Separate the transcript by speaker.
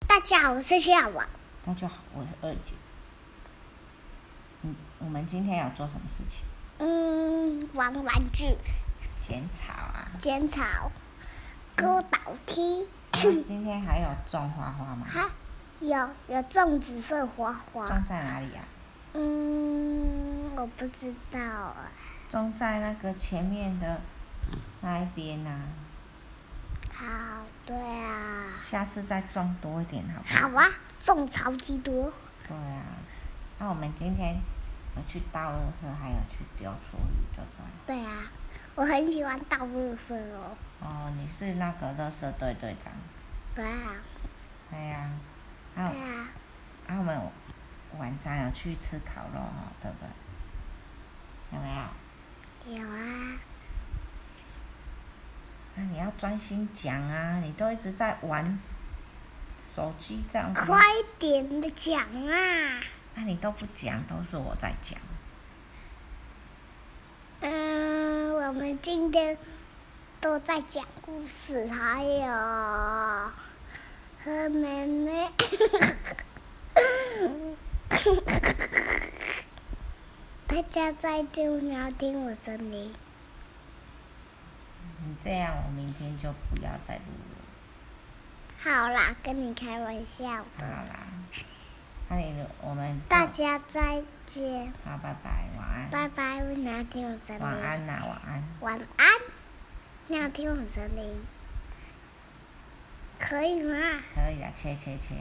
Speaker 1: 大家好，我是小王。
Speaker 2: 大家好，我是二姐。嗯，我们今天要做什么事情？
Speaker 1: 嗯，玩玩具，
Speaker 2: 剪草啊！
Speaker 1: 剪草，勾倒梯，
Speaker 2: 那今天还有种花花吗？
Speaker 1: 还有有种紫色花花
Speaker 2: 种。在哪里啊？
Speaker 1: 嗯，我不知道啊。
Speaker 2: 种在那个前面的那一边啊。
Speaker 1: 好，对啊。
Speaker 2: 下次再种多一点，好不
Speaker 1: 好
Speaker 2: 好？
Speaker 1: 啊，种超级多。
Speaker 2: 对啊。那我们今天有去倒垃圾，还有去丢厨余，对不对？
Speaker 1: 对啊，我很喜欢倒垃圾哦。
Speaker 2: 哦，你是那个垃圾队队长。
Speaker 1: 对啊，
Speaker 2: 对呀、啊。还
Speaker 1: 对
Speaker 2: 有
Speaker 1: 啊，
Speaker 2: 啊，我们晚上有去吃烤肉哦，对不对？有没有？
Speaker 1: 有啊。
Speaker 2: 那你要专心讲啊！你都一直在玩手机这样子，
Speaker 1: 快点的讲啊！
Speaker 2: 那、你都不讲，都是我在讲。
Speaker 1: 嗯，我们今天都在讲故事，还有和妹妹。 大家再见，你要听我声音。
Speaker 2: 你这样，我明天就不要再录了，
Speaker 1: 好啦，跟你开玩笑
Speaker 2: 好
Speaker 1: 的。
Speaker 2: 啦。那你我们就
Speaker 1: 大家再见，
Speaker 2: 好，拜拜，晚安，
Speaker 1: 拜拜，你要听我声
Speaker 2: 晚
Speaker 1: 音。
Speaker 2: 安呐、晚安。
Speaker 1: 晚安，你要听我声音，可以吗？
Speaker 2: 可以啊，切切切。